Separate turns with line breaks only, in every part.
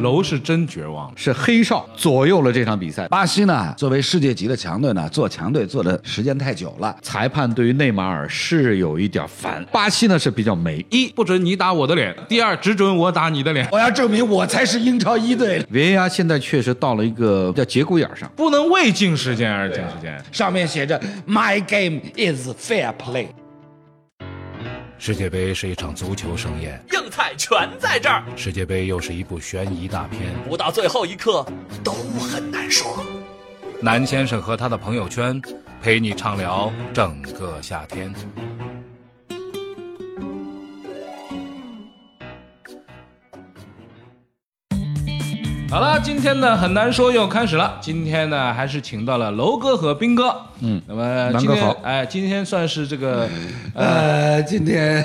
楼是真绝望。
是黑哨左右了这场比赛。
巴西呢，作为世界级的强队呢，做强队做的时间太久了，
裁判对于内马尔是有一点烦，巴西呢是比较没。
一不准你打我的脸，第二只准我打你的脸，
我要证明我才是英超一队。
维埃亚现在确实到了一个叫节骨眼儿上，
不能为进时间而进时间。
上面写着 “My game is fair play”。
世界杯是一场足球盛宴，
硬菜全在这儿，
世界杯又是一部悬疑大片。
不到最后一刻都很难说。
南先生和他的朋友圈，陪你畅聊整个夏天。
好了，今天呢很难说又开始了。今天呢还是请到了楼哥和斌哥，嗯，那么今
南哥
天
好
哎，今天算是这个
呃，今天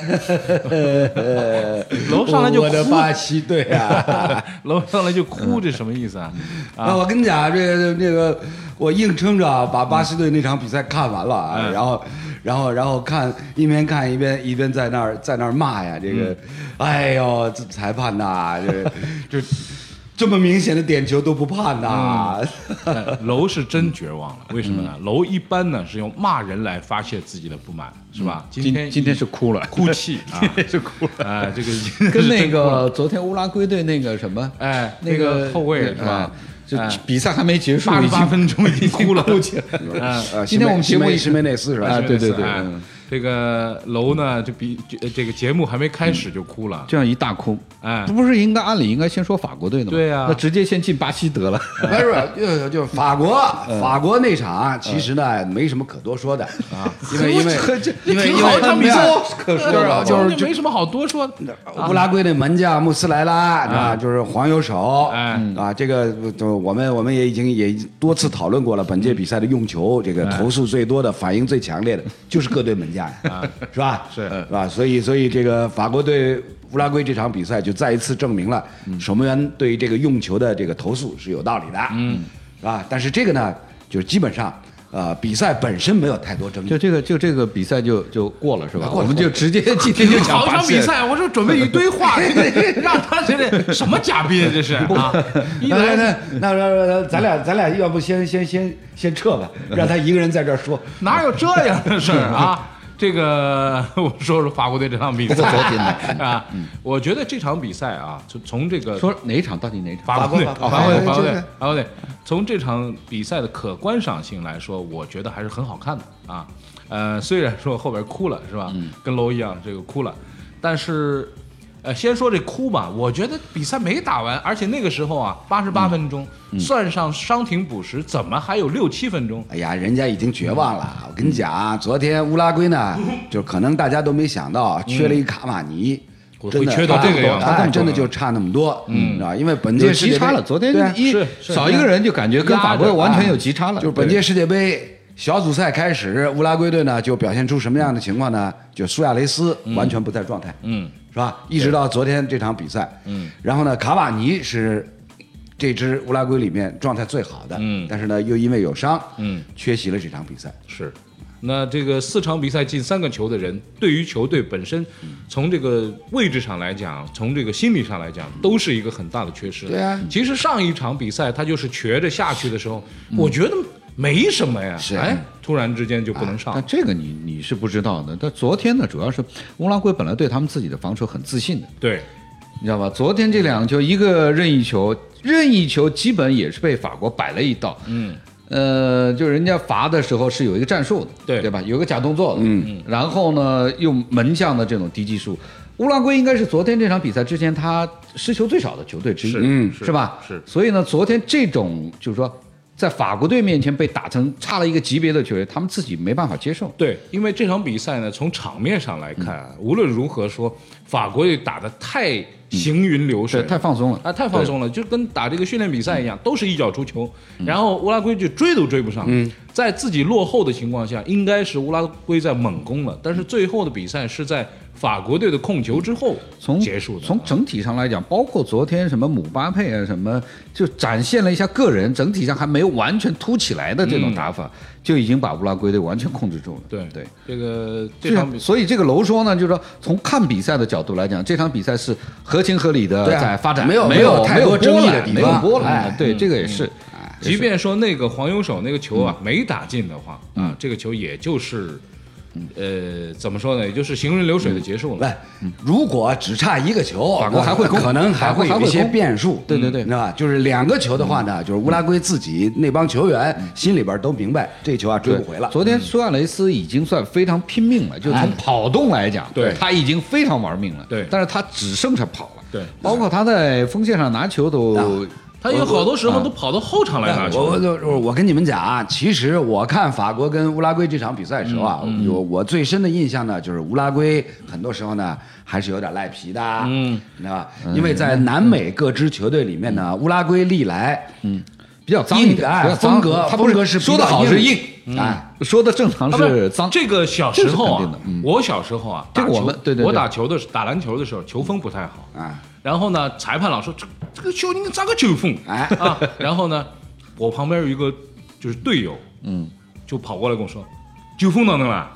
楼上来就
我的
哭
巴西队啊，
楼上来就哭，这什么意思啊？
啊，我跟你讲，这个这个，我硬撑着啊把巴西队那场比赛看完了啊，
嗯
然后，然后，然后看一边看一边一边在那儿在那儿骂
嗯
呀，这个，哎呦，这裁判呐、 这这这么明显的点球都不判呐、
嗯
哎楼是真绝望了，为什么呢？楼一般呢是用骂人来发泄自己的不满，是吧？今
嗯今
天
今天是哭了，
哭泣 啊，
是哭了。
啊，这个
跟那个昨天乌拉圭队那个什么，
哎
那
那个后卫是吧？
就
哎
比赛还没结束，
八十
已经
八分钟已经哭了，
哭起来
啊
呃
嗯今天我们节目
西梅
一
西梅内斯是吧？
啊对对对
哎
嗯
这个楼呢，就比这这个节目还没开始就哭了，
这样一大哭，
哎
不是应该按理应该先说法国队的吗？
对呀
那直接先进巴西得了。
不是，就就法国，
嗯
法国那场啊其实呢没什么可多说的啊，因为因为因为因为他们俩
可
说了
就是
就是
没什么好多说的。
乌拉圭那门将穆斯莱拉啊，就是黄油手，
哎
啊，这个就我们我们也已经也多次讨论过了，本届比赛的用球，这个投诉最多的、反应最强烈的就是各队门将呀， 是吧？
是
是吧？所以所以这个法国对乌拉圭这场比赛就再一次证明了守门员对于这个用球的这个投诉是有道理的，嗯，是吧？但是这个呢，就是基本上呃比赛本身没有太多争
嗯
议
就，这个就这个比赛就就过了是吧？
过了
我们就直接今天就讲
好
巴
场
西
比。赛，我说准备一堆 话，让他觉得什么嘉宾这是啊？ 一
那
来
那那那那咱俩咱俩要不先先先先撤吧，让他一个人在这儿说。
哪有这样的事儿啊？这个我说说法国队这场比赛
昨天嗯
啊，我觉得这场比赛啊，从从这个
说哪场到底哪场？
法国队、
法国
法国队、
法
法
国
国
队
队、法国队，从这场比赛的可观赏性来说，我觉得还是很好看的啊。呃，虽然说后边哭了是吧？跟楼一样，这个哭了，但是。呃，先说这哭吧，我觉得比赛没打完，而且那个时候啊，八十八分钟、算上伤停补时，怎么还有六七分钟？
哎呀，人家已经绝望了。我跟你讲啊，昨天乌拉圭呢，就可能大家都没想到啊缺了一卡马尼，
嗯会
真的
缺到
差
这个
不多
样子
哎
嗯
真的就差那么多，嗯啊，因为本
有
届世
极
界
差
杯
了，昨天
对啊
一
是是
少一个人就感觉跟法国
压着哎
完全有极差了。
就是本届世界杯小组赛开始，乌拉圭队呢就表现出什么样的情况呢？就苏亚雷斯完全不在状态，嗯，是吧？一直到昨天这场比赛，嗯，然后呢，卡瓦尼是这支乌拉圭里面状态最好的，嗯，但是呢又因为有伤，嗯，缺席了这场比赛。
是，那这个四场比赛进三个球的人，对于球队本身，从这个位置上来讲，从这个心理上来讲，都是一个很大的缺失。
对啊
其实上一场比赛他就是瘸着下去的时候，我觉得没什么呀，
是
哎，突然之间就不能上。
但这个你你是不知道的。但昨天呢，主要是乌拉圭本来对他们自己的防守很自信的，
对，
你知道吧？昨天这两个球，一个任意球，任意球基本也是被法国摆了一道。嗯。呃，就人家罚的时候是有一个战术的，
对
对吧？有一个假动作的，嗯，然后呢，用门将的这种低技术，乌拉圭应该是昨天这场比赛之前他失球最少的球队之一，
是
嗯
是
是吧？
是
所以呢，昨天这种就是说，在法国队面前被打成差了一个级别的球员，他们自己没办法接受。
对，因为这场比赛呢，从场面上来看，无论如何说，法国队打得太行云流水
对，
了，
太放松了
啊，太放松了，就跟打这个训练比赛一样，都是一脚出球，
嗯
然后乌拉圭就追都追不上。在自己落后的情况下，应该是乌拉圭在猛攻了，但是最后的比赛是在法国队的控球之后
从
结束的。
啊
从整体上来讲，包括昨天什么姆巴佩啊，什么就展现了一下个人，整体上还没有完全突起来的这
嗯
种打法，就已经把乌拉圭队完全控制住了。
对
对，
这个
这
这场
场
比赛，
所以这个楼说呢，就是说从看比赛的角度来讲，这场比赛是合情合理的
对啊
在发展，
没有
没
没有太多
没
争议的
波澜
地方
没有波澜
哎
对，这个也是。
即便说那个黄油手那个球啊没打进的话
嗯
啊，这个球也就是，呃，怎么说呢，也就是行云流水的结束了。
喂，如果只差一个球，
嗯法国还会
我
攻
可能还会有一些变数。
对对对
你
嗯
知道吧？就是两个球的话呢，就是乌拉圭自己那帮球员心里边都明白，这球啊追
对，
不回了。
昨天苏亚雷斯已经算非常拼命了，就从跑动来讲，
对
他已经非常玩命了。
对
但是他只剩下跑了。
对
包括他在锋线上拿球都
啊，
他有好多时候都跑到后场来拿
我
球。
我我我跟你们讲啊，其实我看法国跟乌拉圭这场比赛的时候啊，
嗯
我我最深的印象呢，就是乌拉圭很多时候呢还是有点赖皮的，嗯，你知道吧？因为在南美各支球队里面呢，
嗯
乌拉圭历来
比较脏一
硬
点
的，哎
比较脏
风格
他不
风格是比较
说的好是硬嗯
硬，哎，
说的正常
啊不
是脏。
这个小时候
这是肯定
啊
的嗯，
我小时候啊，
这个
打球
我们对对对
我打球的时打篮球的时候，球风不太好
啊。
然后呢，裁判老说这这个球你咋个球风？
哎
啊，然后呢，我旁边有一个就是队友，嗯，就跑过来跟我说，球风哪能了？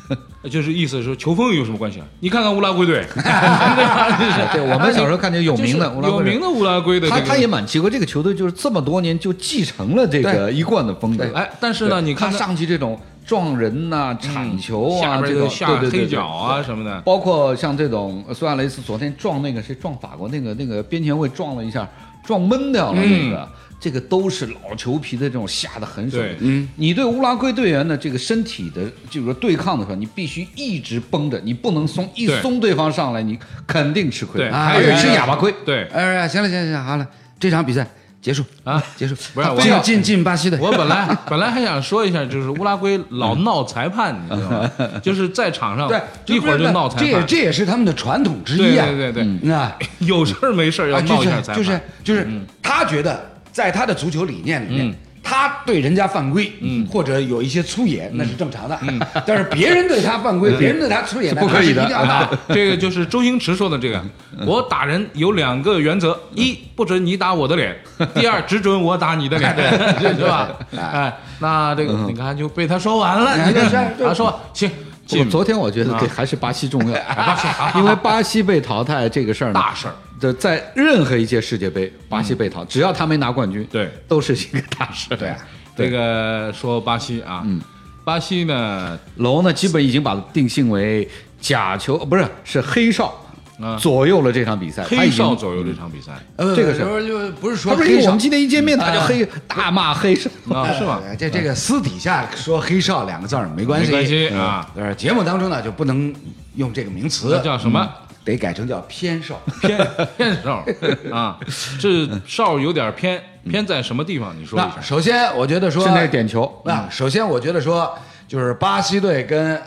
就是意思是说球风有什么关系啊？你看看乌拉圭队，对吧就是
对哎我们小时候看见有
哎就是
名的乌拉
有
圭队
名的乌拉圭的这
他
个，
他也蛮奇怪，这个球队就是这么多年就继承了这个一贯的风格。
哎，但是呢，
对
你看
他
他
上去这种撞人呐、铲球
下
啊，
边
这
这个
种
下
对对对
黑
对
脚啊什么的，
包括像这种呃苏亚雷斯昨天撞那个谁撞法国那个那个边前卫撞了一下，撞闷掉了那个，这个都是老球皮的这种下的狠
嗯
手
对。
嗯，你对乌拉圭队员的这个身体的就是说对抗的时候，你必须一直绷着，你不能松，一
对
松对方上来你肯定吃亏
对，
啊
还有
而且
一个
吃哑巴亏。
对，
哎，行了行了行了，好了，这场比赛结束
啊
结束，
不是
他
我
非要进进巴西 队。
我本来本来还想说一下，就是乌拉圭老闹裁判，你知道 吗？就是在场上
对，
一会儿就闹裁
这也
判，
这也是他们的传统之
对
一啊。
对对对，
对，啊，
有事儿没事儿要
啊，就
闹一下
是
裁判，
就是就是，
嗯
他觉得在他的足球理念里面
嗯，
他对人家犯规，
嗯
或者有一些粗野，那是正常的。 但是别人对他犯规，别人对他粗野，那
不可以的
他是一定
啊
要打。
啊这个就是周星驰说的这个，我打人有两个原则：一不准你打我的 脸，第二只准我打你的脸， 对吧？哎，那这个你看就被他说完了，
哎
你看
是啊是啊
他说行，
我
进
昨天我觉得
啊
这还是巴西重 要，因为巴西被淘汰这个事儿呢
大事儿。
这在任何一届世界杯，巴西被淘，只要他没拿冠军，
对
都是一个大事。
对啊
这个说巴西啊，巴西呢
楼呢，基本已经把它定性为假球，呃不是是黑哨
啊，
左右了这场比赛。他
黑
已经
哨，左右这场比赛
呃
这个是
不是不是说
他不是因
黑哨
为我
啊
们今天一见面他就黑大骂黑哨，
啊，是吧？
哎这这个私底下说黑哨两个字儿没关系，
没关系啊
就是节目当中呢就不能用这个名词嗯
那，叫什么？
得改成叫偏哨。
偏偏哨啊，这哨有点偏偏在什么地方？你说一
那
下。
首先我觉得说
是那个点球。嗯
那首先我觉得说就是巴西队跟。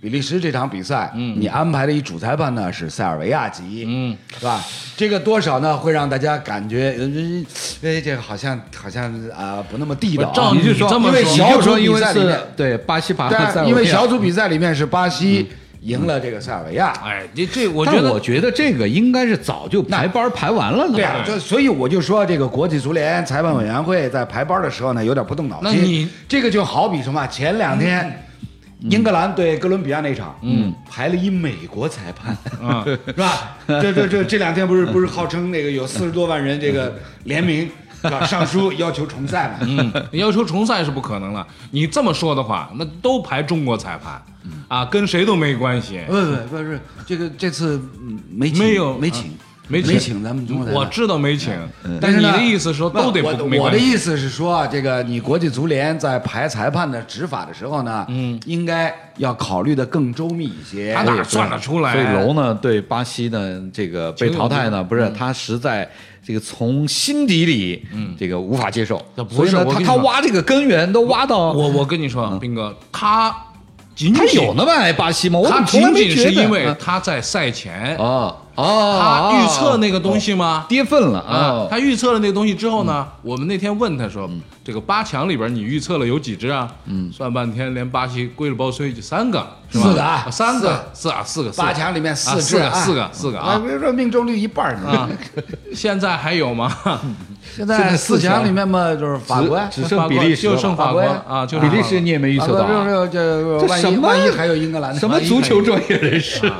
比利时这场比赛，
嗯
你安排的一主裁判呢是塞尔维亚籍，嗯，是吧？这个多少呢会让大家感觉，呃呃，这个好像好像啊、不那么地道、啊。
照你这么
因为
说
你
小
就
组
说因
比
为
赛里
是
面，
对巴西把
对
塞
啊，
尔
因为
维亚嗯
小组比赛里面是巴西赢了这个塞尔维亚，
哎，这这我觉
但
得
我觉得这个应该是早就排班排完了的。
对啊，就所以我就说这个国际足联裁判委员会在排班的时候呢，有点不动脑筋。
那你嗯
这个就好比什么？前两天英格兰对哥伦比亚那场，嗯，排了一美国 裁判，
啊，
是吧？这这这这两天不是不是号称那个有四十多万人这个联名 是吧？上书要求重赛嘛？
嗯，要求重赛是不可能了。你这么说的话，那都排中国裁判
嗯
啊，跟谁都没关系。
不不不是，这个这次嗯没请
没有
没请
啊没
没请咱们中国裁判
我知道没
哎
请，但
但是
你
呢
的意思说都得
不
不
我
没
我
关
的
系
意思是说啊，这个你国际足联在排裁判的执法的时候呢，嗯，应该要考虑的更周密一些。
他哪算得出来？
哎所以楼呢对巴西呢这个被淘汰
嗯
呢，不是他实在这个从心底里这个无法接受
那，嗯不
所以
是
呢
我
他
跟你
他
说
挖这个根源都挖到
我我跟你说，斌哥，他仅
嗯他
仅
有那么爱巴西吗？我怎
他
么从来
仅
没
仅
觉得
是因为
啊
他在赛前
哦哦，
他预测
哦
那个东西吗？
跌份了
啊
啊，，
他预测了那个东西之后呢，我们那天问他说，这个八强里边你预测了有几支啊？嗯，算半天连巴西龟了包碎就三个，是吧？
四个啊
三个，四啊，四个，四个
八强里面
啊
四
四
支
个，
啊
四个，四个啊
比如说命中率一半儿呢。
啊！ 现在还有吗？
现
现在
在
四
四
强
强里面嘛，就是法国呀，
只只剩比利时
就剩
了，
法
法
国
国呀
啊，就
比
是
利时你也没预
法
测
国
到
这
啊，
这这
这
万
什
一
么
万一还有英格兰呢？
啊
什么
万一
足球专业人士？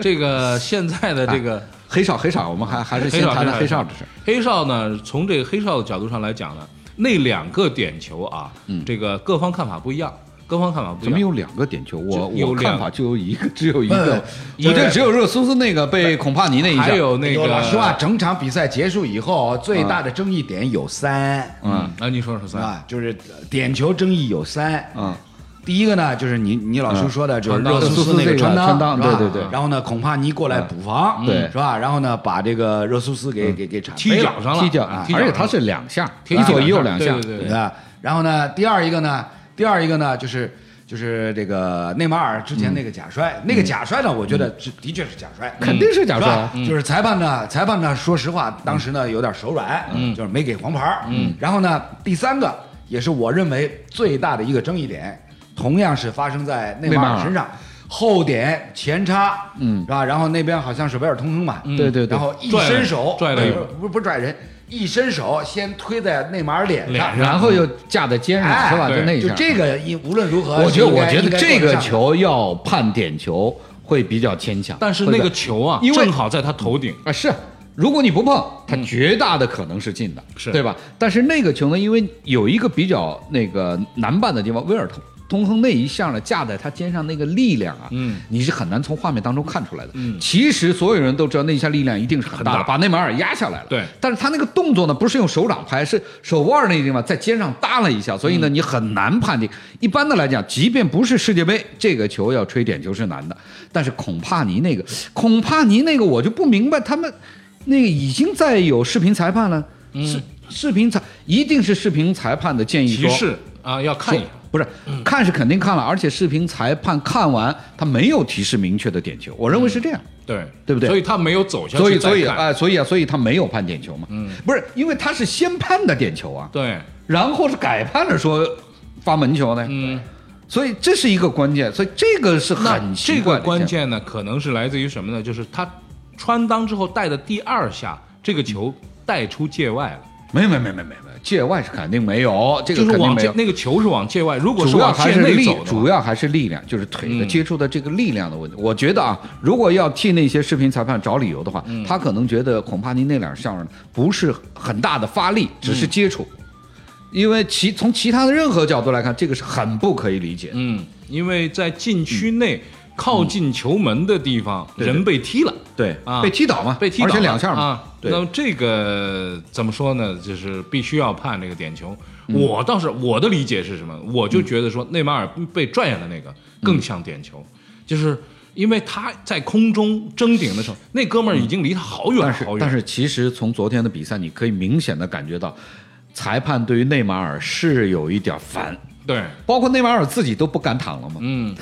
这个现在的这个
黑少黑少，我们还还是
黑
先
少
谈谈
黑
黑
少
少的事儿。
黑哨呢，从这个黑哨的角度上来讲呢，那两个点球啊，这个各方看法不一样，各方看法不一
怎么
样。
有两个点球？我
就有
我
两
看法就有一个，只有一个，
不是
我这只有热苏斯那个被孔帕尼那一下，
还有那个啊
有老实话，啊整场比赛结束以后，最大的争议点有三，
嗯，啊，你说说
是
三，
吧？就是点球争议有三，
嗯，
第一个呢，就是你你老叔说的，就是热苏那个
传
传
当
裆，
对
是吧
对对
然后呢，孔帕尼过来补防，
嗯对嗯
是吧？然后呢，把这个热苏斯给给给铲
踢
飞了
脚，上了，
踢脚
啊，
而且他是两下，
踢
一左一右两
下
下，
对对
对
对，
吧？然后呢，第二一个呢，第二一个呢，就是就是这个内马尔之前那个假摔，那个假摔呢，我觉得是的确是假摔，
肯定是假
是
摔
吧
啊。？
就是裁判呢，裁判呢，说实话，当时呢有点手软，就是没给黄牌儿。嗯然后呢，第三个也是我认为最大的一个争议点，同样是发生在内马尔身上，后点前插，嗯，是吧？然后那边好像是维尔通亨嘛，
对对对
然后一
拽了
伸手，呃
拽了一个
不不不拽人，一伸手先推在内马尔脸上，
脸
然后又架在肩上，
哎
是吧？
对
就那一
就
下。
这个一无论如何，
我觉得，
应该
我觉
应
得
该
这
够得
个
上的
球要判点球会比较牵强，
但是
会
那
的
个球啊，
因为
正好在他头顶，
啊，是，如果你不碰，它绝大的可能是进的，
是
对吧？但是那个球呢，因为有一个比较那个难办的地方，威尔通通亨那一下呢，架在他肩上那个力量啊，
嗯，
你是很难从画面当中看出来的。
嗯
其实所有人都知道那一下力量一定是很大的，
很大
把内马尔压下来了。
对
但是他那个动作呢，不是用手掌拍，是手腕那个地方在肩上搭了一下，所以呢，
嗯
你很难判定。一般的来讲，即便不是世界杯，这个球要吹点球是难的，但是孔帕尼那个，孔帕尼那个，我就不明白他们那个已经在有视频裁判了，
嗯
视视频裁一定是视频裁判的建议
提
说。
示嗯啊，要看一眼。
不是，看是肯定看了，而且视频裁判看完他没有提示明确的点球，我认为是这样。
对
对不对
所以他没有走下
所以
去
所以
再
啊、
看，
所以啊，所以他没有判点球嘛。嗯，不是，因为他是先判的点球啊，
对，
然后是改判了说发门球呢。
嗯，
所以这是一个关键，所以这个是
那
很奇
这个
怪的一件
关键呢，可能是来自于什么呢？就是他穿裆之后带的第二下，这个球带出界外了，
没有没有没有没有没有，界外是肯定没有，这个
就是
肯定
往
没
界
有。
那个球是往界外，如果是
主要
往
还
界
是
内
力
走，的
主
话，
要还是力量，就是腿的
嗯
接触的这个力量的问题。我觉得啊，如果要替那些视频裁判找理由的话，
嗯
他可能觉得恐怕您那两项呢不是很大的发力，只
嗯
是接触。因为其从其他的任何角度来看，这个是很不可以理解的。
嗯，因为在禁区内靠近球门的地方，
嗯对对
人被踢了。
对
啊
被踢倒嘛，
被踢倒了，
而且两下嘛，
啊。
对
那么这个怎么说呢？就是必须要判这个点球。
嗯
我倒是我的理解是什么？我就觉得说内马尔被拽下的那个
嗯
更像点球，就是因为他在空中争顶的时候，那哥们儿已经离他好远
但是
好远。
但是其实从昨天的比赛，你可以明显的感觉到，裁判对于内马尔是有一点烦，
对，
包括内马尔自己都不敢躺了嘛。
嗯，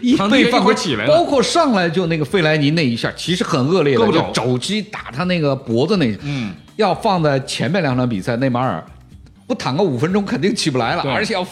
一
躺地
被
一
犯
会
规
儿起来了
包括上来就那个费莱尼那一下，其实很恶劣的，
胳膊
就
肘
肘击打他那个脖子那，
嗯，
要放在前面两场比赛，内马尔不躺个五分钟肯定起不来了，
对
而且要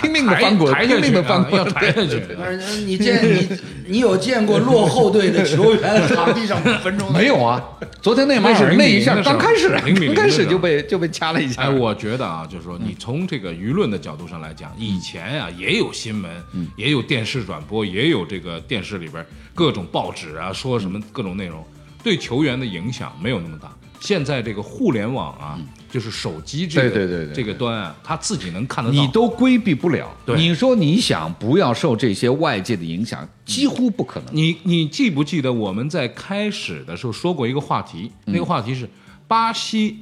拼命的翻滚，
抬下去
拼命的翻滚，
啊要抬下去。
不是你见你你有见过落后队的球员躺地上五分 钟的
没有啊，昨天内马尔那一下刚开始，
零比零
刚
的时候
开始就被就被掐了一下。嗯
哎，我觉得啊，就是说，你从这个舆论的角度上来讲，以前啊也有新闻，
嗯
也有电视转播，也有这个电视里边各种报纸啊说什么
嗯
各种内容，对球员的影响没有那么大。现在这个互联网啊，就是手机这个
嗯对对对对
这个端啊，他自己能看得到。
你都规避不了，
对
你说你想不要受这些外界的影响，几乎不可能。
你你记不记
嗯
得我们在开始的时候说过一个话题？那个话题是巴西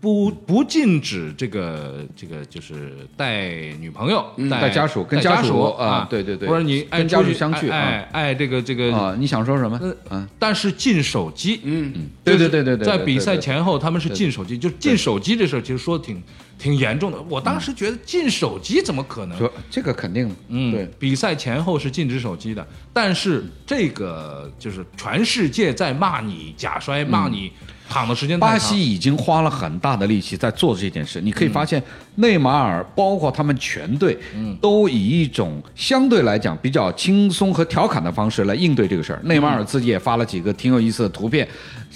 不不禁止这个这个就是带女朋友、带
嗯带家属跟
带
家
家
属
啊
啊，对对对
或者你爱
跟家
出
属
去
相聚啊
爱爱爱这个这个
啊，你想说什么？嗯
呃，但是禁手机，嗯嗯，
对对对对对
在
对
比
对
赛
对
前后他们是禁手机，就是禁手机这事儿，其实说得挺挺严重的。我
嗯
当时觉得禁手机怎么可能？
说这个肯定的，
嗯，
对，，
比赛前后是禁止手机的，但是这个就是全世界在骂你假摔，骂你躺的时间太长嗯
嗯巴西已经花了很大的力气在做这件事。你可以发现，内马尔包括他们全队，
嗯
都以一种相对来讲比较轻松和调侃的方式来应对这个事
嗯
儿。内马尔自己也发了几个挺有意思的图片，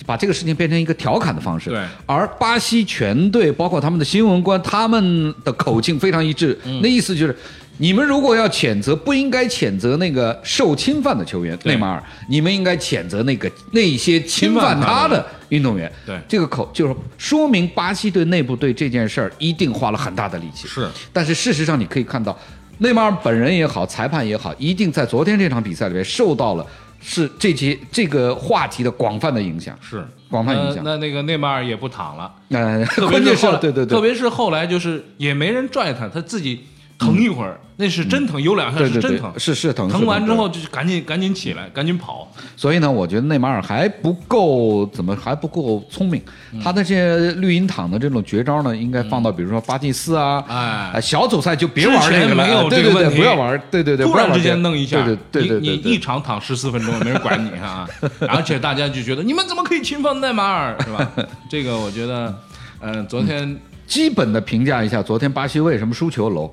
把这个事情变成一个调侃的方式。
对
而巴西全队，包括他们的新闻官，他们的口径非常一致，
嗯
那意思就是。你们如果要谴责，不应该谴责那个受侵犯的球员内马尔，你们应该谴责那个那些侵犯
侵犯他
他
的
的运动员，
对
这个口就是说明巴西队内部对这件事儿一定花了很大的力气。
是，
但是事实上你可以看到，内马尔本人也好，裁判也好，一定在昨天这场比赛里面受到了是这些这个话题的广泛的影响，
是呃
广泛影响。
那那个内马尔也不躺了，
呃，
特别
关键
后来，
对对对，
特别是后来就是也没人拽他，他自己疼一会儿，那是真疼，有两下
嗯对
是
对
真
对
疼，
是是疼
疼
是
完
疼
之后就赶紧赶紧起来，赶紧跑，
所以呢，我觉得内马尔还不够怎么还不够聪明，他的这些绿茵场的这种绝招呢，应该放到比如说巴蒂斯啊，
哎
啊小组赛就别玩
之
这个
前
了，
没有
啊对
这个
对
问
对，
题
不要玩，对对对，
突
不要
然
玩
之
这个
间弄一下，
对对对对
你
对
你
对，
一场躺十四分钟，没人管你 啊，而且大家就觉得你们怎么可以侵犯内马尔，是吧？这个我觉得，嗯、昨天
基本的评价一下昨天巴西为什么输球楼，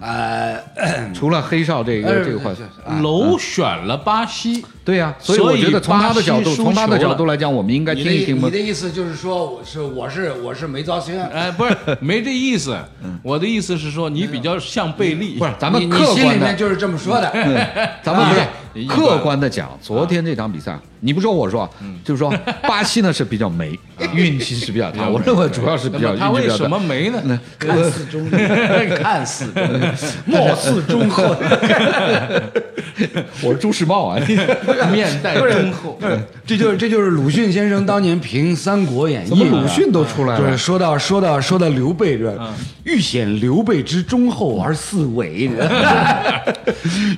呃，
嗯
除了黑哨这
哎
个这个坏，嗯
楼选了巴西，
对呀，所以
所
我
以
觉得从他的角
巴
度，
西输
从他的
球
角
了
度来讲，我们应该
你
听
的
一听
你
吗
的？意思就是说，我是我是我是没糟心。
哎、不是没这意思，我的意思是说你比较像贝利，
嗯不是，咱
你
们
你
客
心里
观
面
的，
就是这么说 的。
咱们不
你
是
一般嗯
客观的讲，昨天这场比赛，你不说我说，就 是说巴西呢是比较霉，
哎
运气是比较差，我认为主要是比较
那么他为
运气比较
什
差
么。没呢？
看似 中立，看似中 立，貌似中厚，
我是朱时 茂啊，
面带忠厚，
这就是这就是鲁迅先生当年评《三国演义》
怎么鲁迅都出来
就
了
是？说到说到说到刘备这，欲显刘备之忠厚而似伪，你知道吗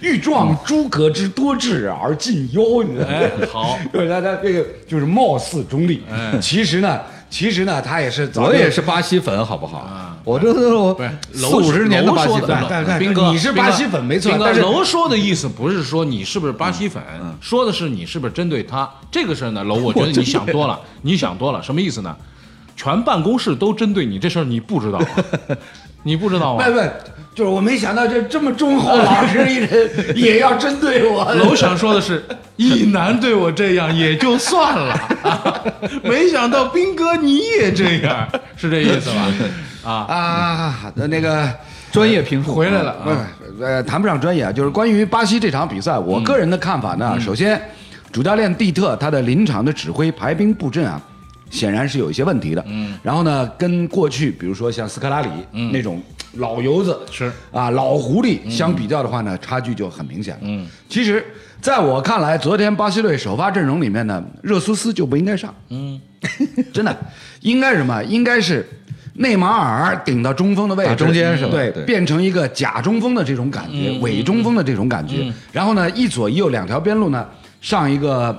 欲壮诸葛之多智而近妖，你知道吗？
哎，好，
就是他他这个就是貌似中立，其实呢，其实呢，他也是早就
我也是巴西
嗯
粉，好不好？我这都
不是
四五十年的
楼
巴西
说
粉了，
但但
斌哥，
哎你是
斌
巴
哥
西粉没错
斌哥
但是嗯
楼说的意思不是说你是不是巴西粉，说的是你是不是针对他这个事儿呢？楼，我觉得你想多了，你想多了，什么意思呢？全办公室都针对你这事儿，你不知道 啊，你不知道吗
不？不，就是我没想到这这么忠厚老实一人也要针对我。
楼想说的是，一男对我这样也就算了，啊 没想到斌哥你也这样，是这意思吧？啊，
啊，那个
专业评述
回来了
嗯
啊
不是呃，谈不上专业啊，就是关于巴西这场比赛，我个人的看法呢，首先，主教练蒂特他的临场的指挥、排兵布阵啊，显然是有一些问题的。嗯，然后呢，跟过去比如说像斯科拉里、那种老油子
是
啊老狐狸相比较的话呢，差距就很明显了。嗯，其实在我看来，昨天巴西队首发阵容里面呢，热苏斯就不应该上。 真的，应该是什么？应该是内马尔顶到中锋的位置，
打中间是吧
对，
对
变成一个假中锋的这种感觉，伪中锋的这种感觉。然后呢，一左一右两条边路呢，上一个。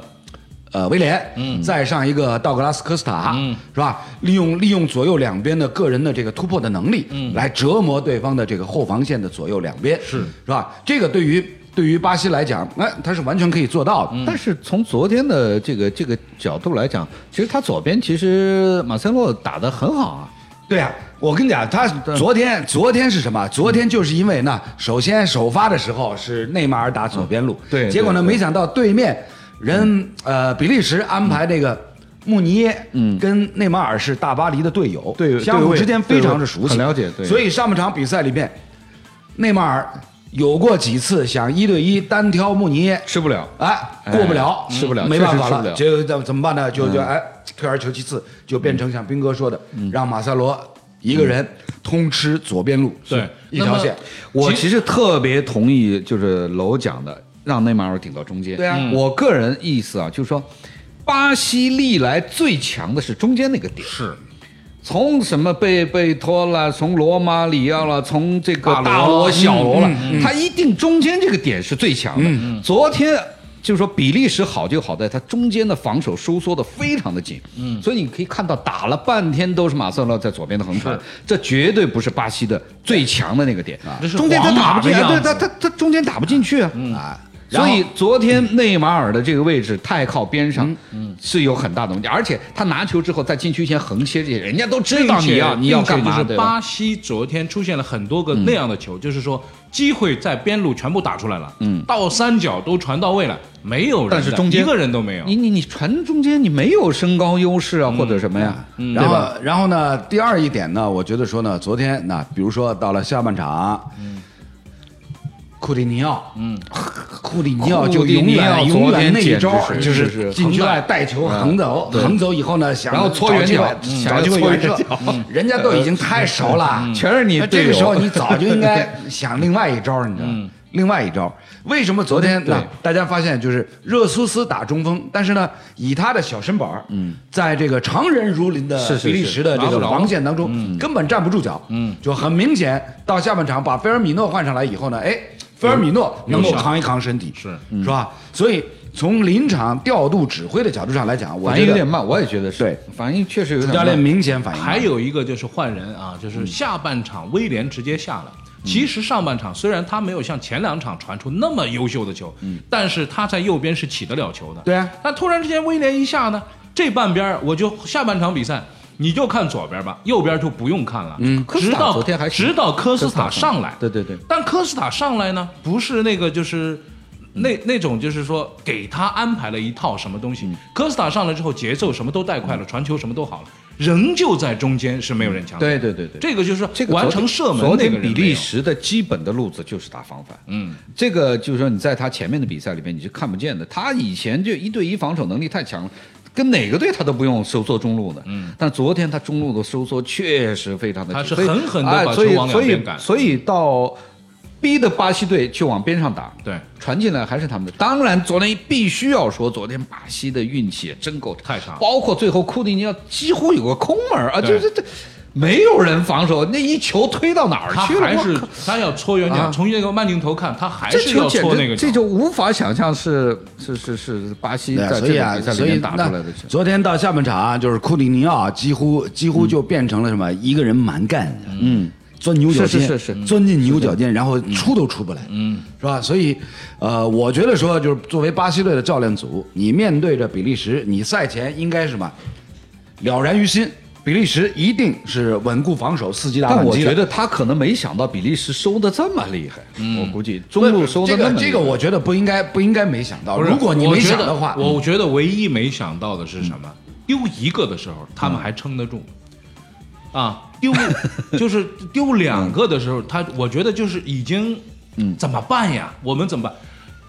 呃，威廉，嗯，再上一个道格拉斯科斯塔，嗯，是吧？利用利用左右两边的个人的这个突破的能力，嗯，来折磨对方的这个后防线的左右两边，是是吧？这个对于对于巴西来讲，那、他是完全可以做到的。
但是从昨天的这个这个角度来讲，其实他左边其实马塞洛打得很好啊，
对呀、我跟你讲，他昨天昨天是什么？昨天就是因为呢，首先首发的时候是内马尔打左边路，
嗯对
结果呢，
对对嗯
没想到对面人呃比利时安排那个穆尼耶，嗯，跟内马尔是大巴黎的队友，
对对
相互
位
之间非常的熟悉，
很了解对
所以上半场比赛里面，内马尔有过几次想一对一单挑穆尼耶，
吃不了。
哎，过不了，
嗯吃不了
没
确实
办法
吃不
了，
了嗯
就怎怎么办呢？就就哎，退而求其次，就变成像斌哥说的，让马塞罗一个人通吃左边路，
对
是一条线。
我其实特别同意，就是楼讲的，让内马尔顶到中间。
对啊嗯
我个人意思啊，就是说，巴西历来最强的是中间那个点，
是
从什么贝贝托了，从罗马里奥了，从这个
大罗
大罗、小罗了嗯
嗯，
他一定中间这个点是最强的。昨天就是说比利时好就好在它中间的防守收缩的非常的紧，嗯，所以你可以看到打了半天都是马塞洛在左边的横传，这绝对不是巴西的最强的那个点，
这是
中间他
皇马
打不进，
的
哎
样
对
子
他他他中间打不进去啊，啊。所以嗯昨天内马尔的这个位置太靠边上，是有很大的问题。而且他拿球之后在禁区前横切这些，人家都知道你要
并且
你要干嘛，
并且就
对
是
吧？嗯
巴西昨天出现了很多个那样的球，就是说机会在边路全部打出来了，嗯，到三角都传到位了，没有人的，
但是中间
一个人都没有。
你你你传中间你没有身高优势啊，或者什么呀，对
然后
吧？，
然后呢？第二一点呢，我觉得说呢，昨天那比如说到了下半场，
嗯
库蒂尼奥，嗯，库蒂尼奥就
库蒂
永
尼奥
远
昨
永远
天
那一
简直
招
是
就是
是嗯
禁区外带球横走，横走以后呢，想
然后搓
找
远
机
角
会
嗯
找机会远射，人家都已经太熟了，
全是你
那
队
这
友
个时候你早就应 该想另外一招，你知道
嗯
吗？另外一招，为什么昨天那大家发现就是热苏斯打中锋，但是呢，以他的小身板儿，在这个常人如林的
嗯是是是
比利时的这个防线当
嗯
中，根本站不住脚，就很明显，到下半场把菲尔米诺换上来以后呢，哎，菲尔米诺能够
有效
扛一扛身体，是是吧？
嗯
所以从临场调度指挥的角度上来讲，我
反
觉
应有
得
点慢，我也觉得是，
对，
反应确实有点
教
慢。
练明显反应慢
还有一个就是换人啊，就是下半场威廉直接下了。其实上半场虽然他没有像前两场传出那么优秀的球，但是他在右边是起得了球的。
对啊，
但突然之间威廉一下呢，这半边儿我就下半场比赛你就看左边吧，右边就不用看了。嗯
科斯
直
塔
到
昨天还行
直到科斯塔
科斯塔
上来，
对对对，
但科斯塔上来呢，不是那个就是。那那种就是说，给他安排了一套什么东
嗯
西。科斯塔上来之后，节奏什么都带快了，传球什么都好了，仍旧在中间是没有人抢。
对对对对，
这个就是
这个
完
昨天
成射门
昨
那
天
个人
比
没
利
有
时的基本的路子就是打防反，嗯，这个就是说你在他前面的比赛里面你是看不见的。他以前就一对一防守能力太强了。跟哪个队他都不用收缩中路的，嗯，但昨天他中路的收缩确实非常的，
他是
所以
狠狠地
哎
把球
所以
往两
所以
边赶
所以到逼的巴西队去往边上打，
对
传进来还是他们的。当然，昨天必须要说，昨天巴西的运气也真够
太差了
包括最后库蒂尼奥几乎有个空门儿啊，
对
就是这没有人防守，那一球推到哪儿
他
去了？
还
我
是
靠
他要搓远角，
啊
从那个慢镜头看，他还
这
是要
球简
搓那个角
直这。就无法想象是是是是巴西
对
在
所
这
以
个
啊，
比赛里
所以
面打出来的球
那。昨天到下半场啊、就是库里尼奥几乎几乎就变成了什么、一个人蛮干，嗯，钻牛角尖，
是是是是
钻进牛角尖，然后出都出不来，嗯，是吧？所以，呃，我觉得说就是作为巴西队的教练组，你面对着比利时，你赛前应该是什么了然于心，比利时一定是稳固防守，伺机打
但
反
我
击的
觉。得他可能没想到比利时收的这么厉害，
嗯
我估计中
不
路
是
收的
这
那
个
么厉
这
害
个，我觉得不应该不应该没想到。
不是
如果你没想
我觉
的
得
话，
嗯
我觉得唯一没想到的是什么？丢一个的时候，他们还撑得住，啊，丢 就是丢两个的时
嗯
候，他我觉得就是已经，怎么办呀？我们怎么办？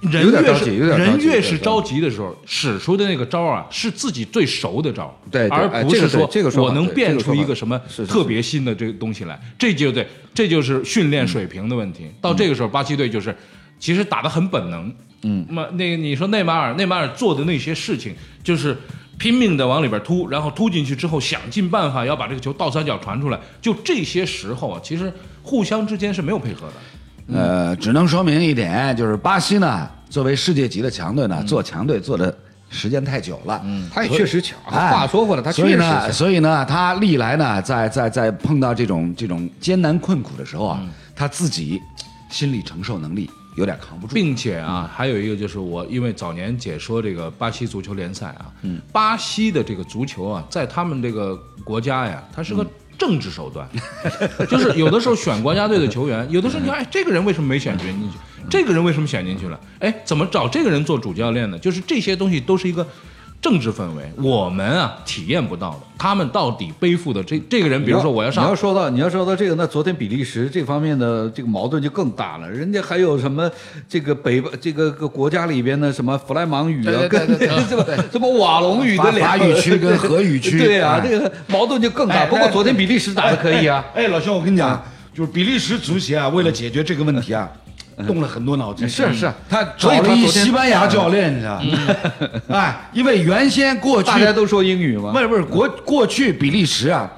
人
有点
越
着
是
急有点着急
人越
对
是
对
着急的时候，使出的那个招啊，是自己最熟的招，
对对
而
哎
不
这
是
个对这个说法
我能
对这
变
个
出
说
一
法
个什么
是是
特别新的这个东西来，这就对，这就是训练水平的问
嗯
题。到这个时候，巴西队就是其实打得很本能，嗯，那么那个你说内马尔，内马尔做的那些事情就是。拼命的往里边突，然后突进去之后，想尽办法要把这个球倒三角传出来。就这些时候啊，其实互相之间是没有配合的。
嗯
呃，只能说明一点，就是巴西呢，作为世界级的强队呢，
嗯
做强队做的时间太久了，嗯
他也确实强。
哎
话说回来，他确
所以
实
呢，
强。
所以呢，他历来呢，在在在碰到这种这种艰难困苦的时候啊，
嗯
他自己心理承受能力有点扛不住。
并且啊，还有一个就是我因为早年解说这个巴西足球联赛啊，
嗯
巴西的这个足球啊，在他们这个国家呀，它是个政治手段，
嗯
就是有的时候选国家队的球 员，有的时候你看，哎，这个人为什么没选进去？这个人为什么选进去了？哎，怎么找这个人做主教练呢？就是这些东西都是一个。政治氛围，我们啊体验不到的，他们到底背负的这这个人，比如说我要上，
你要说到你要说到这个，那昨天比利时这方面的这个矛盾就更大了。人家还有什么这个北这个个国家里边的什么弗莱芒语啊，
对对
跟
对对对
什么什么瓦隆语
法
的两
法
个
语区跟荷语区
对啊，
哎
这个矛盾就更大。
哎
不过昨天比利时打的可以啊，
哎，老兄，我跟你讲，就是比利时足协啊，为了解决这个问题啊，动了很多脑筋。
是是
他
哎所
找
以他
了一
昨天
西班牙教练，你知道 吗？哎，因为原先过去
嗯大家都说英语嘛
不。是不是，国过去比利时啊，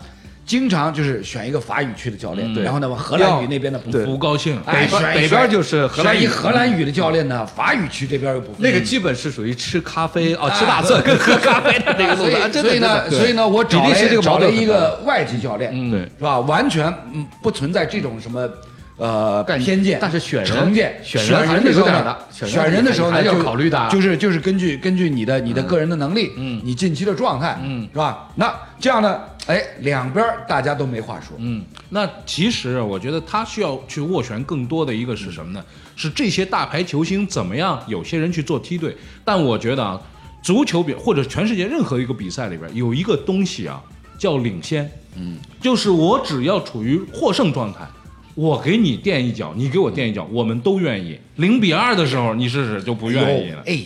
经常就是选一个法语区的教练，然后呢往荷
要
兰语那边的补。
不高兴，
哎
嗯北边
选一
北边就是荷兰语
选一荷兰语的教练呢，法语区这边又补。
那个基本是属于吃咖啡
嗯
哦，吃大蒜跟喝咖啡的那个路
所
子，啊
以
真的
所以呢，
真的
所以呢，我找
比
了
利时这个矛
找
盾
了
很
一
大嗯
个外籍教练，
对
是吧？完全嗯不存在这种什么呃
但
偏见，
但是选人
成见，
选人
选
还是
的时候
有
呢
点的，选人
选人的时候
还
呢
是要
就
考虑的啊
就是就是根据根据你的你的个人的能力，嗯，你近期的状态，嗯，是吧？那这样呢，哎，两边大家都没话说，
嗯，那其实我觉得他需要去斡旋更多的一个是什么呢？是这些大牌球星怎么样？有些人去做梯队，但我觉得啊，足球比或者全世界任何一个比赛里边有一个东西啊，叫领先。嗯，就是我只要处于获胜状态，我给你垫一脚，你给我垫一脚，我们都愿意。零比二的时候，你试试就不愿意了。
哎，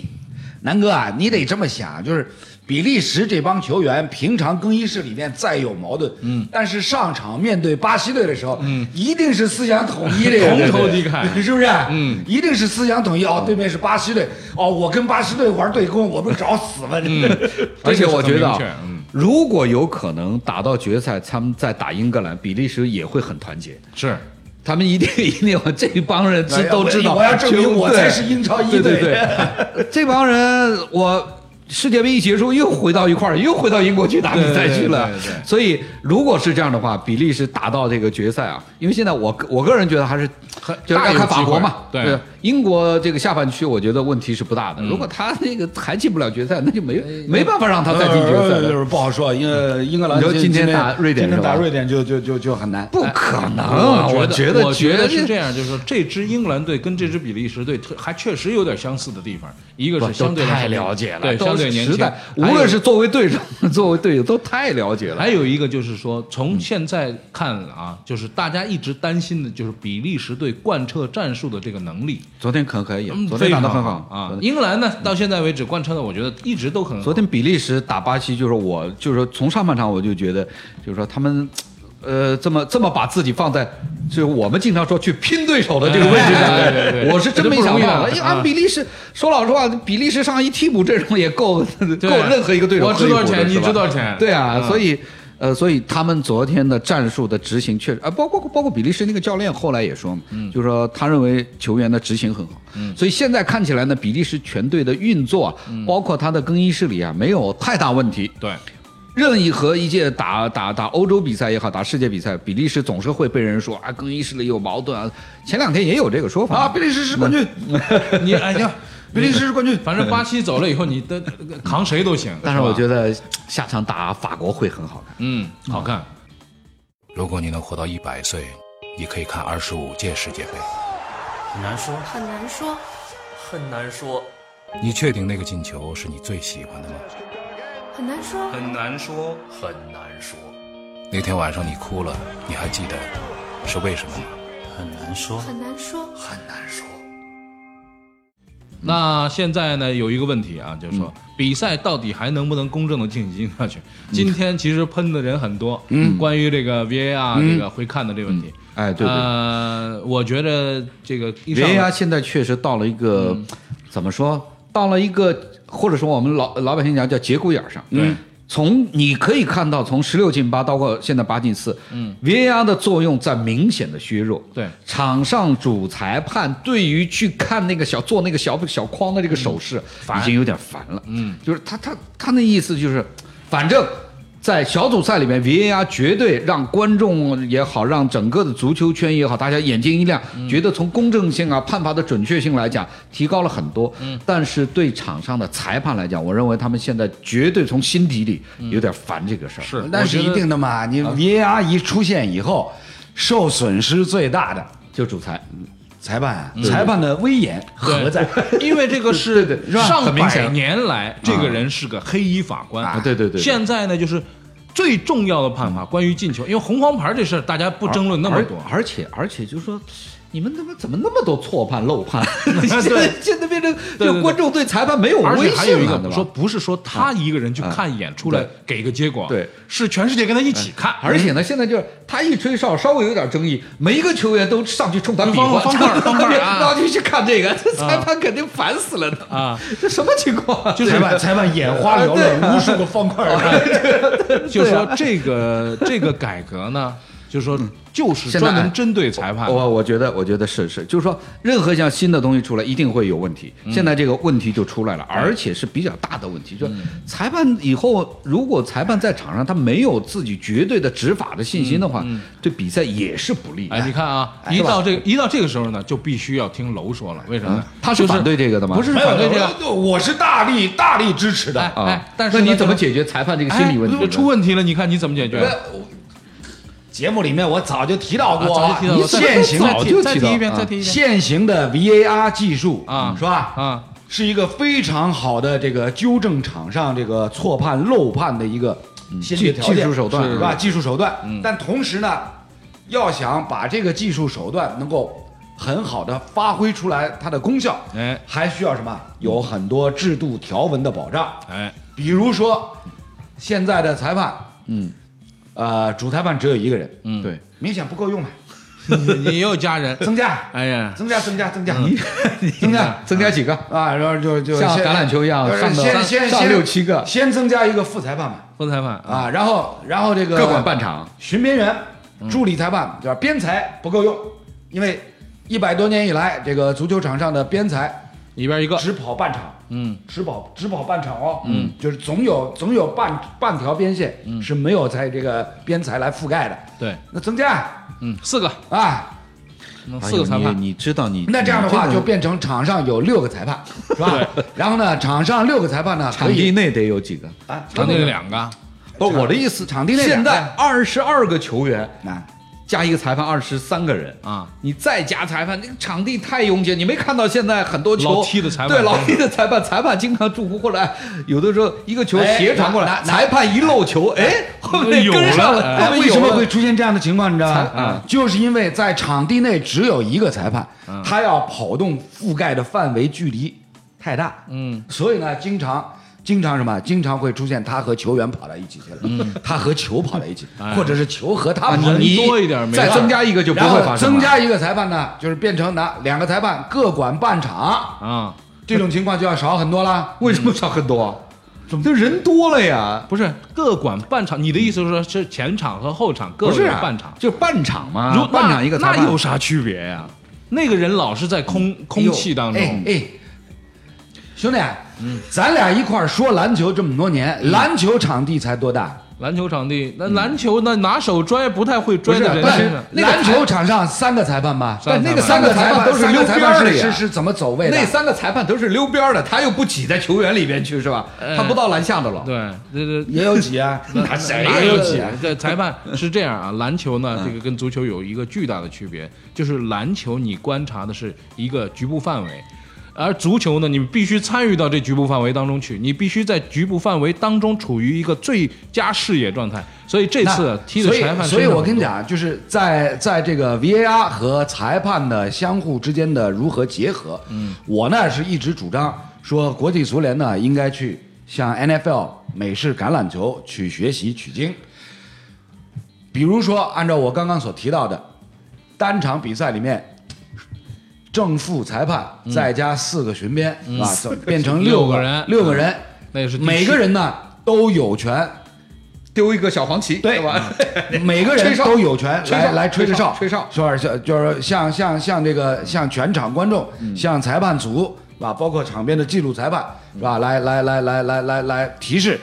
南哥啊，你得这么想，就是比利时这帮球员平常更衣室里面再有矛盾，嗯，但是上场面对巴西队的时候，嗯，一定是思想统一的，
同仇敌忾
对 是不是？嗯，一定是思想统一。
嗯
哦，对面是巴西队，哦，我跟巴西队玩对攻，我不是找死吗？
嗯 而且我觉得啊
这个是很明确嗯，
如果有可能打到决赛，他们再打英格兰，比利时也会很团结。
是，
他们一定一定要这帮人知都知道，
我要证明我
对
才是英超一
对
队。
对对，这帮人我世界杯一结束又回到一块儿，又回到英国去打比赛去了
对对对对。
所以如果是这样的话，比利时打到这个决赛啊，因为现在我我个人觉得还是
很
就是
大
要
有
看
机
法
会
国嘛，
对
英国这个下半区，我觉得问题是不大的。如果他那个还进不了决赛，那就没没办法让他再进决赛
呃
了，
就是不好说，因为英格兰
你说
今
今天打瑞典
今天
是吧
打瑞典就就就就很难。
不可能啊！我
觉
得
我
绝
得
对
是这样，就是说这支英格兰队跟这支比利时队特还确实有点相似的地方，一个是相对来说
太了解了，
对，
都
相对
是
年
时
轻
代，，无
还有
论是作为队长、 作为队友，都太了解了。
还有一个就是说，
嗯
从现在看啊，就是大家一直担心的就是比利时队贯彻战术的这个能力，
昨天可可以
嗯，
昨天打得
非
很
常
好
啊
昨。天
英格兰呢，到现在为止贯彻的，我觉得一直都很好
昨天比利时打巴西，就是我，就是说从上半场我就觉得，就是说他们，呃，这么这么把自己放在，就是我们经常说去拼对手的这个位置
哎 对对
上，
对
我是真没
这
想
不容易
到。
啊
哎呀，
啊
按比利时，说老实话，比利时上一替补阵容也 够够
对
任何一个队手
我
喝
知
一
多少
壶的
钱，你
是吧
知多少钱？
对啊，
嗯
所以呃，所以他们昨天的战术的执行确实啊，包括包括比利时那个教练后来也说嘛，就是说他认为球员的执行很好，所以现在看起来呢，比利时全队的运作啊，包括他的更衣室里啊，没有太大问题。
对，
任意和一届打打打欧洲比赛也好，打世界比赛，比利时总是会被人说啊，更衣室里有矛盾啊。前两天也有这个说法嗯
啊，比利时是冠军，
你哎呀，
比利时是冠军。
反正巴西走了以后，你的呃扛谁都行。
但是我
得，
觉得下场打法国会很好看。
嗯，好看。
如果你能活到一百岁，你可以看二十五届世界杯。
很难说，
很难说，
很难说，
你确定那个进球是你最喜欢的吗？
很难说，
很难说，很难说，
那天晚上你哭了，你还记得是为什么吗？
很难说，
很难说。
很难说。
嗯
那现在呢，有一个问题啊，就是说、比赛到底还能不能公正的进行下去？
嗯
今天其实喷的人很多，嗯，关于这个 VAR 这个回看的这个问题，
嗯哎，对对对。
呃，我觉得这个一上嗯
VAR 现在确实到了一个、怎么说，到了一个或者说我们老老百姓讲叫节骨眼儿上。嗯
对
从你可以看到，从十六进八到过现在八进四，嗯，VAR 的作用在明显的削弱。
对
场上主裁判对于去看那个小做那个小小框的这个手势，
嗯
已经有点烦了。嗯，就是他他他那意思就是，反正。在小组赛里面，VAR 绝对让观众也好，让整个的足球圈也好，大家眼睛一亮，
嗯
觉得从公正性啊、判罚的准确性来讲，提高了很多。嗯，但是对场上的裁判来讲，我认为他们现在绝对从心底里有点烦这个事儿。
嗯是，
但是
我觉
一
得
定的嘛，你
啊
VAR 一出现以后，受损失最大的
就主裁，
裁判，啊
嗯
裁判的威 严何在？
因为这个是
吧
上
很明
百
显
年来，这个人是个黑衣法官。
啊对对对对
现在呢，就是最重要的判罚，关于进球，因为红黄牌这事儿大家不争论那么多。
而而且而且就是说，你们他妈怎么那么多错判 漏判？现在现在变成
对对
让观众对裁判没有
而
威
且还有
信
一
了，
个
对吧啊
说，不是说他一个人去看一眼，出来给一个结果，
对，嗯
是全世界跟他一起看，
而且呢，现在就是他一吹哨，稍微有点争议，每一个球员都上去冲他比划，
方方块儿方 块儿啊
然后就去看这个，这 裁判肯定烦死了的
啊！
这什么情况啊？
裁判裁判眼花缭乱，无数个方块儿。
就说
啊
这个这个改革呢，就说就是
嗯现在哦
专门针对裁判，
我我觉得，我觉得是是，就是说，任何一项新的东西出来，一定会有问题。
嗯
现在这个问题就出来了，而且是比较大的问题。就
嗯
裁判以后，如果裁判在场上他没有自己绝对的执法的信心的话，对比赛也是不利的。
嗯哎，你看啊，一到这个一到这个时候呢，就必须要听楼说了，为什么呢？
他是
就是
反对这个的吗？
不是
没
反对这个？
有，我是大力大力支持的。
哎
啊
哎，但是呢
那你怎么解决裁判这个心理问题
哎
呢？
出问题了，你看你怎么解决？
节目里面我早就提到
啊早就提到
过，
了
现行
再
早
提
就
的
再
提到
提一遍，
啊
再提一遍
现行的 VAR 技术
啊
是吧？
啊！
是一个非常好的这个纠正场上这个错判漏判的一个
嗯
先决条件、
技技术手段
是吧？技术手段，但同时呢，要想把这个技术手段能够很好的发挥出来它的功效，
哎
还需要什么？有很多制度条文的保障，
哎，
比如说现在的裁判，
嗯，
呃，主裁判只有一个人，
嗯，
对，
明显不够用嘛，啊
你你又加 人，
增加，
哎呀，
增加，增加，增加，
增加增加几个？
啊，然后就就
像
先
橄榄球一样
呃
上到
先先
上
先
六七个嗯
先增加一个副裁判嘛，
分裁判啊，
啊，然后然后这个
各管嗯半场，
巡边员、助理裁判对吧？边裁不够用，因为一百多年以来，这个足球场上的边裁
里边一
呃
个，
只跑半场，
嗯，
只跑只跑半场哦，嗯，就是总有总有半半条边线
嗯
是没有在这个边裁来覆盖的，
对，
那增加
嗯，四个，嗯
啊，
哎
四个
呦
裁判，
你你知道你
那这样的话
你
就变成场上有六个裁判，是吧？然后呢，场上六个裁判呢，可
场
以
地内得有几个？
啊，
场地里两个，
不是我的意思，
场地内
现
两个
在二十二个球员
啊，
加一个裁判，二十三个人
啊，
你再加裁判，那个场地太拥挤。你没看到现在很多球
老踢的裁判
对老踢的裁判，裁判经常助攻或者哎有的时候一个球斜传过
哎拿
来，
拿
裁判一漏球，哎，后面
有
跟上
了
了，
哎
那
后面
为什
有
么
了
会出现这样的情况？你知道
裁
吗嗯
啊？
就是因为在场地内只有一个裁判，他要跑动覆盖的范围距离太大，
嗯，
所以呢，经常。经常什么？经常会出现他和球员跑到一起去了，他和球跑到一起，或者是球和他
啊
跑到一
你
起。
多一点没
再
办法
增加一个就不
然后
会发生了。
增加一个裁判呢，就是变成拿两个裁判各管半场，
啊，
这种情况就要少很多了。
为什么少很多？怎么就人多了呀？
不是各管半场，你的意思是说是前场和后场各
不是
有
啊
半场？
就半场
啊
嘛，
如
半场一个裁
啊那
判
那有啥区别呀？那个人老是在空空气当
哎
中，
哎，兄弟，啊咱俩一块儿说篮球这么多年，篮球场地才多大？
篮球场地那篮球那拿手拽不太会
不
拽
是，
的人
但
身
是
上，
那个
篮球场上三个裁判吧？
三个裁判
三个
裁
判
都是
三
溜
个
边
裁
儿
判
的
是
呀
是是怎么走位的
那？三个裁判都是溜边儿的，他又不挤在球员里边去是吧？
哎
他不到篮下的了。
对，这这
也有几啊？那
哪
也
有
有
几
几啊？？
这裁判是这样啊，篮球呢，这个跟足球有一个巨大的区别，就是篮球你观察的是一个局部范围。而足球呢，你必须参与到这局部范围当中去，你必须在局部范围当中处于一个最佳视野状态。所以这次啊踢的
所以
裁判，
所以我跟你，讲，就是在在这个 VAR 和裁判的相互之间的如何结合，嗯，我呢是一直主张说，国际足联呢应该去向 NFL 美式橄榄球去学习取经。比如说，按照我刚刚所提到的，单场比赛里面，正副裁判再加四个巡边、啊，就变成
六
六
嗯个
个
人
六个人，
那也是地区
每个人呢都有权
丢一个小黄旗，
对嗯
是吧？
每个人
吹哨
都有权
吹哨
来来吹着哨，
吹哨
就是像就是像像像这个像全场观众，像裁判组是吧？包括场边的记录裁判是吧？来来来来来来来提示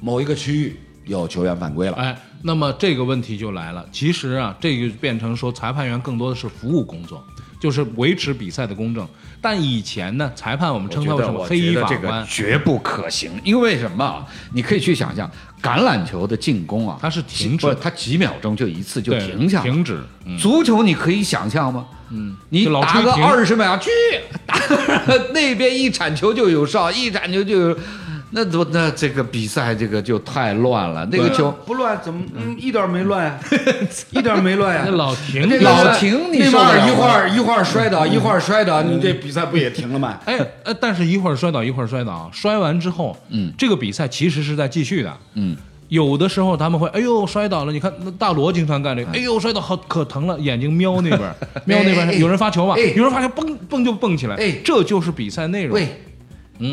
某一个区域有球员犯规了。
哎，那么这个问题就来了。其实啊，这个变成说裁判员更多的是服务工作，就是维持比赛的公正。但以前呢，裁判我们称他为什么黑衣法
这
官
个，绝不可行，因为什么啊？你可以去想象，橄榄球的进攻啊，
它是停止
不是它几秒钟就一次就
对
停下了。
停止。嗯
足球你可以想象吗？嗯，你
就老
打
吹
个
停
二十秒，去打那边一铲球就有哨，一铲球就有。那都那这个比赛这个就太乱了，那个球
不乱，怎么嗯一点儿没乱 呀？一点儿没乱呀
那。哎老停
这个
老停你
内马尔
受不了
一会儿一会儿摔倒，一会儿摔倒，你这比赛不也停了吗？
哎，呃，但是一会儿摔倒，一会儿摔倒，摔完之后，嗯，这个比赛其实是在继续的，嗯，有的时候他们会，哎呦摔倒了，你看那大罗经常干这个，哎呦摔倒好可疼了，眼睛瞄那边儿，瞄那边
哎
儿，
哎
有人发球嘛，
哎
有人发球蹦蹦就蹦起来，
哎
这就是嗯比赛内容，
喂，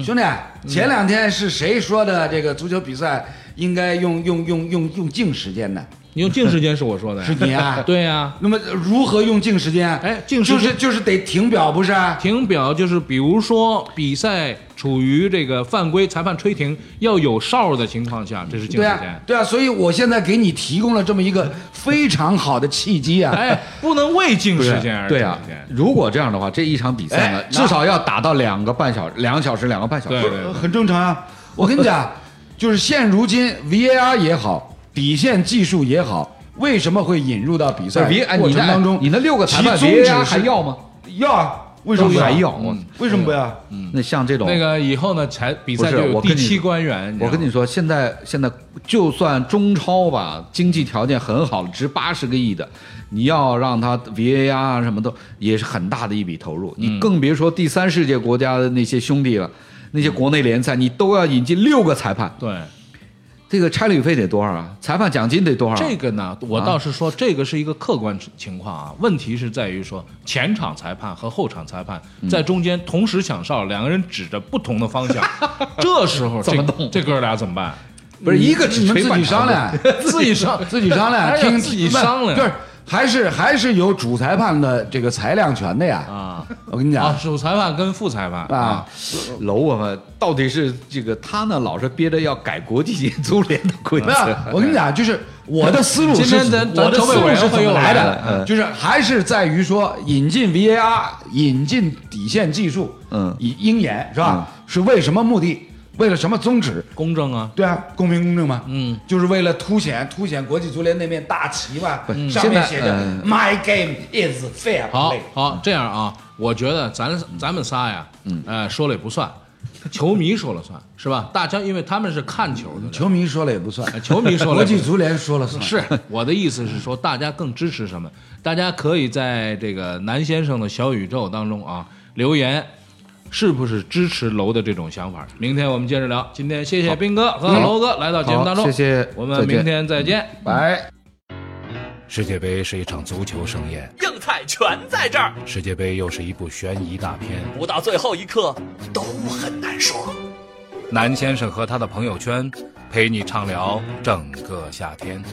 兄弟，前两天是谁说的这个足球比赛应该用用用用用净时间呢？
你用静时间是我说的呀，？
是你啊
对呀，
那么如何用净时间？啊
哎净时间
就是就是得停表，不是？啊
停表就是比如说比赛处于这个犯规，裁判吹停要有哨儿的情况下，这是静
对
时
啊
间，，
对啊，所以我现在给你提供了这么一个非常好的契机啊！
哎，不能为静
不
时
是
间而
对啊
静时间，
如果这样的话，这一场比赛呢，
哎
至少要打到两个半小时，两个小时，两个半小
对
时。
对对
很正常啊。我跟你 讲，就是现如今 VAR 也好，底线技术也好，为什么会引入到比赛
别哎，
过
你
程
那
当中？
你那六个裁判
其宗旨
VAR
是
还要吗？
要啊？为什么不
还要？
要？
我
为什么不
嗯
要？
那像这种
那个以后呢，才比
不
赛
是
就有
我
第
跟你
七官员。
我跟
你
你说，现在现在就算中超吧，经济条件很好，值八十个亿的，你要让他 VAR 啊什么的，也是很大的一笔投入。你更别说第三世界国家的那些兄弟了，那些国内联赛，你都要引进六个裁判，
知道吗
这个差旅费得多少啊？裁判奖金得多少啊？
对这个呢，我倒是说这个是一个客观情况啊。问题是在于说前场裁判和后场裁判
嗯
在中间同时响哨，两个人指着不同的方 向，这时候这
怎么弄
这哥俩怎么办？
不是一个只
你们
吹
自
半
己
场
商量，
自己上
自己商量，
哎呀
听
自己商量
不是，还是还是有主裁判的这个裁量权的呀。
啊
我跟你
啊！
讲
主裁判跟副裁判
啊，
楼我们到底是这个他呢，老是憋着要改国际 足联的规
没有
则。，
我跟你讲，就是我的思路是，
今天咱咱
我的
筹
思
备委
路
员
是
会
怎
又
么
来
来
了嗯
的？就是还是在于说引进 VAR，引进底线技术，
嗯
以鹰眼是吧？
嗯
是为什么目的？为了什么宗旨？
公正啊，
对啊，公平公正嘛，
嗯，
就是为了凸显凸显国际足联那面大旗嘛，上
现在
面写着
嗯
My game is fair
好
play。
好这样啊，我觉得咱咱们仨呀，
嗯
呃，说了也不算，球迷说了算是吧？大家因为他们是看球的人，
球迷说了也不算
哎，球迷说了也不算
国际足联说了算。
是啊我的意思是说，大家更支持什么？大家可以在这个南先生的小宇宙当中啊留言，是不是支持楼的这种想法？明天我们接着聊。今天谢谢斌哥和楼哥来到节目当中，
好谢谢
我
再
们
见
明天再见。
哎，
世界杯是一场足球盛宴，
硬菜全在这儿，
世界杯又是一部悬疑大片。
不到最后一刻都很难说。
南先生和他的朋友圈陪你畅聊整个夏天。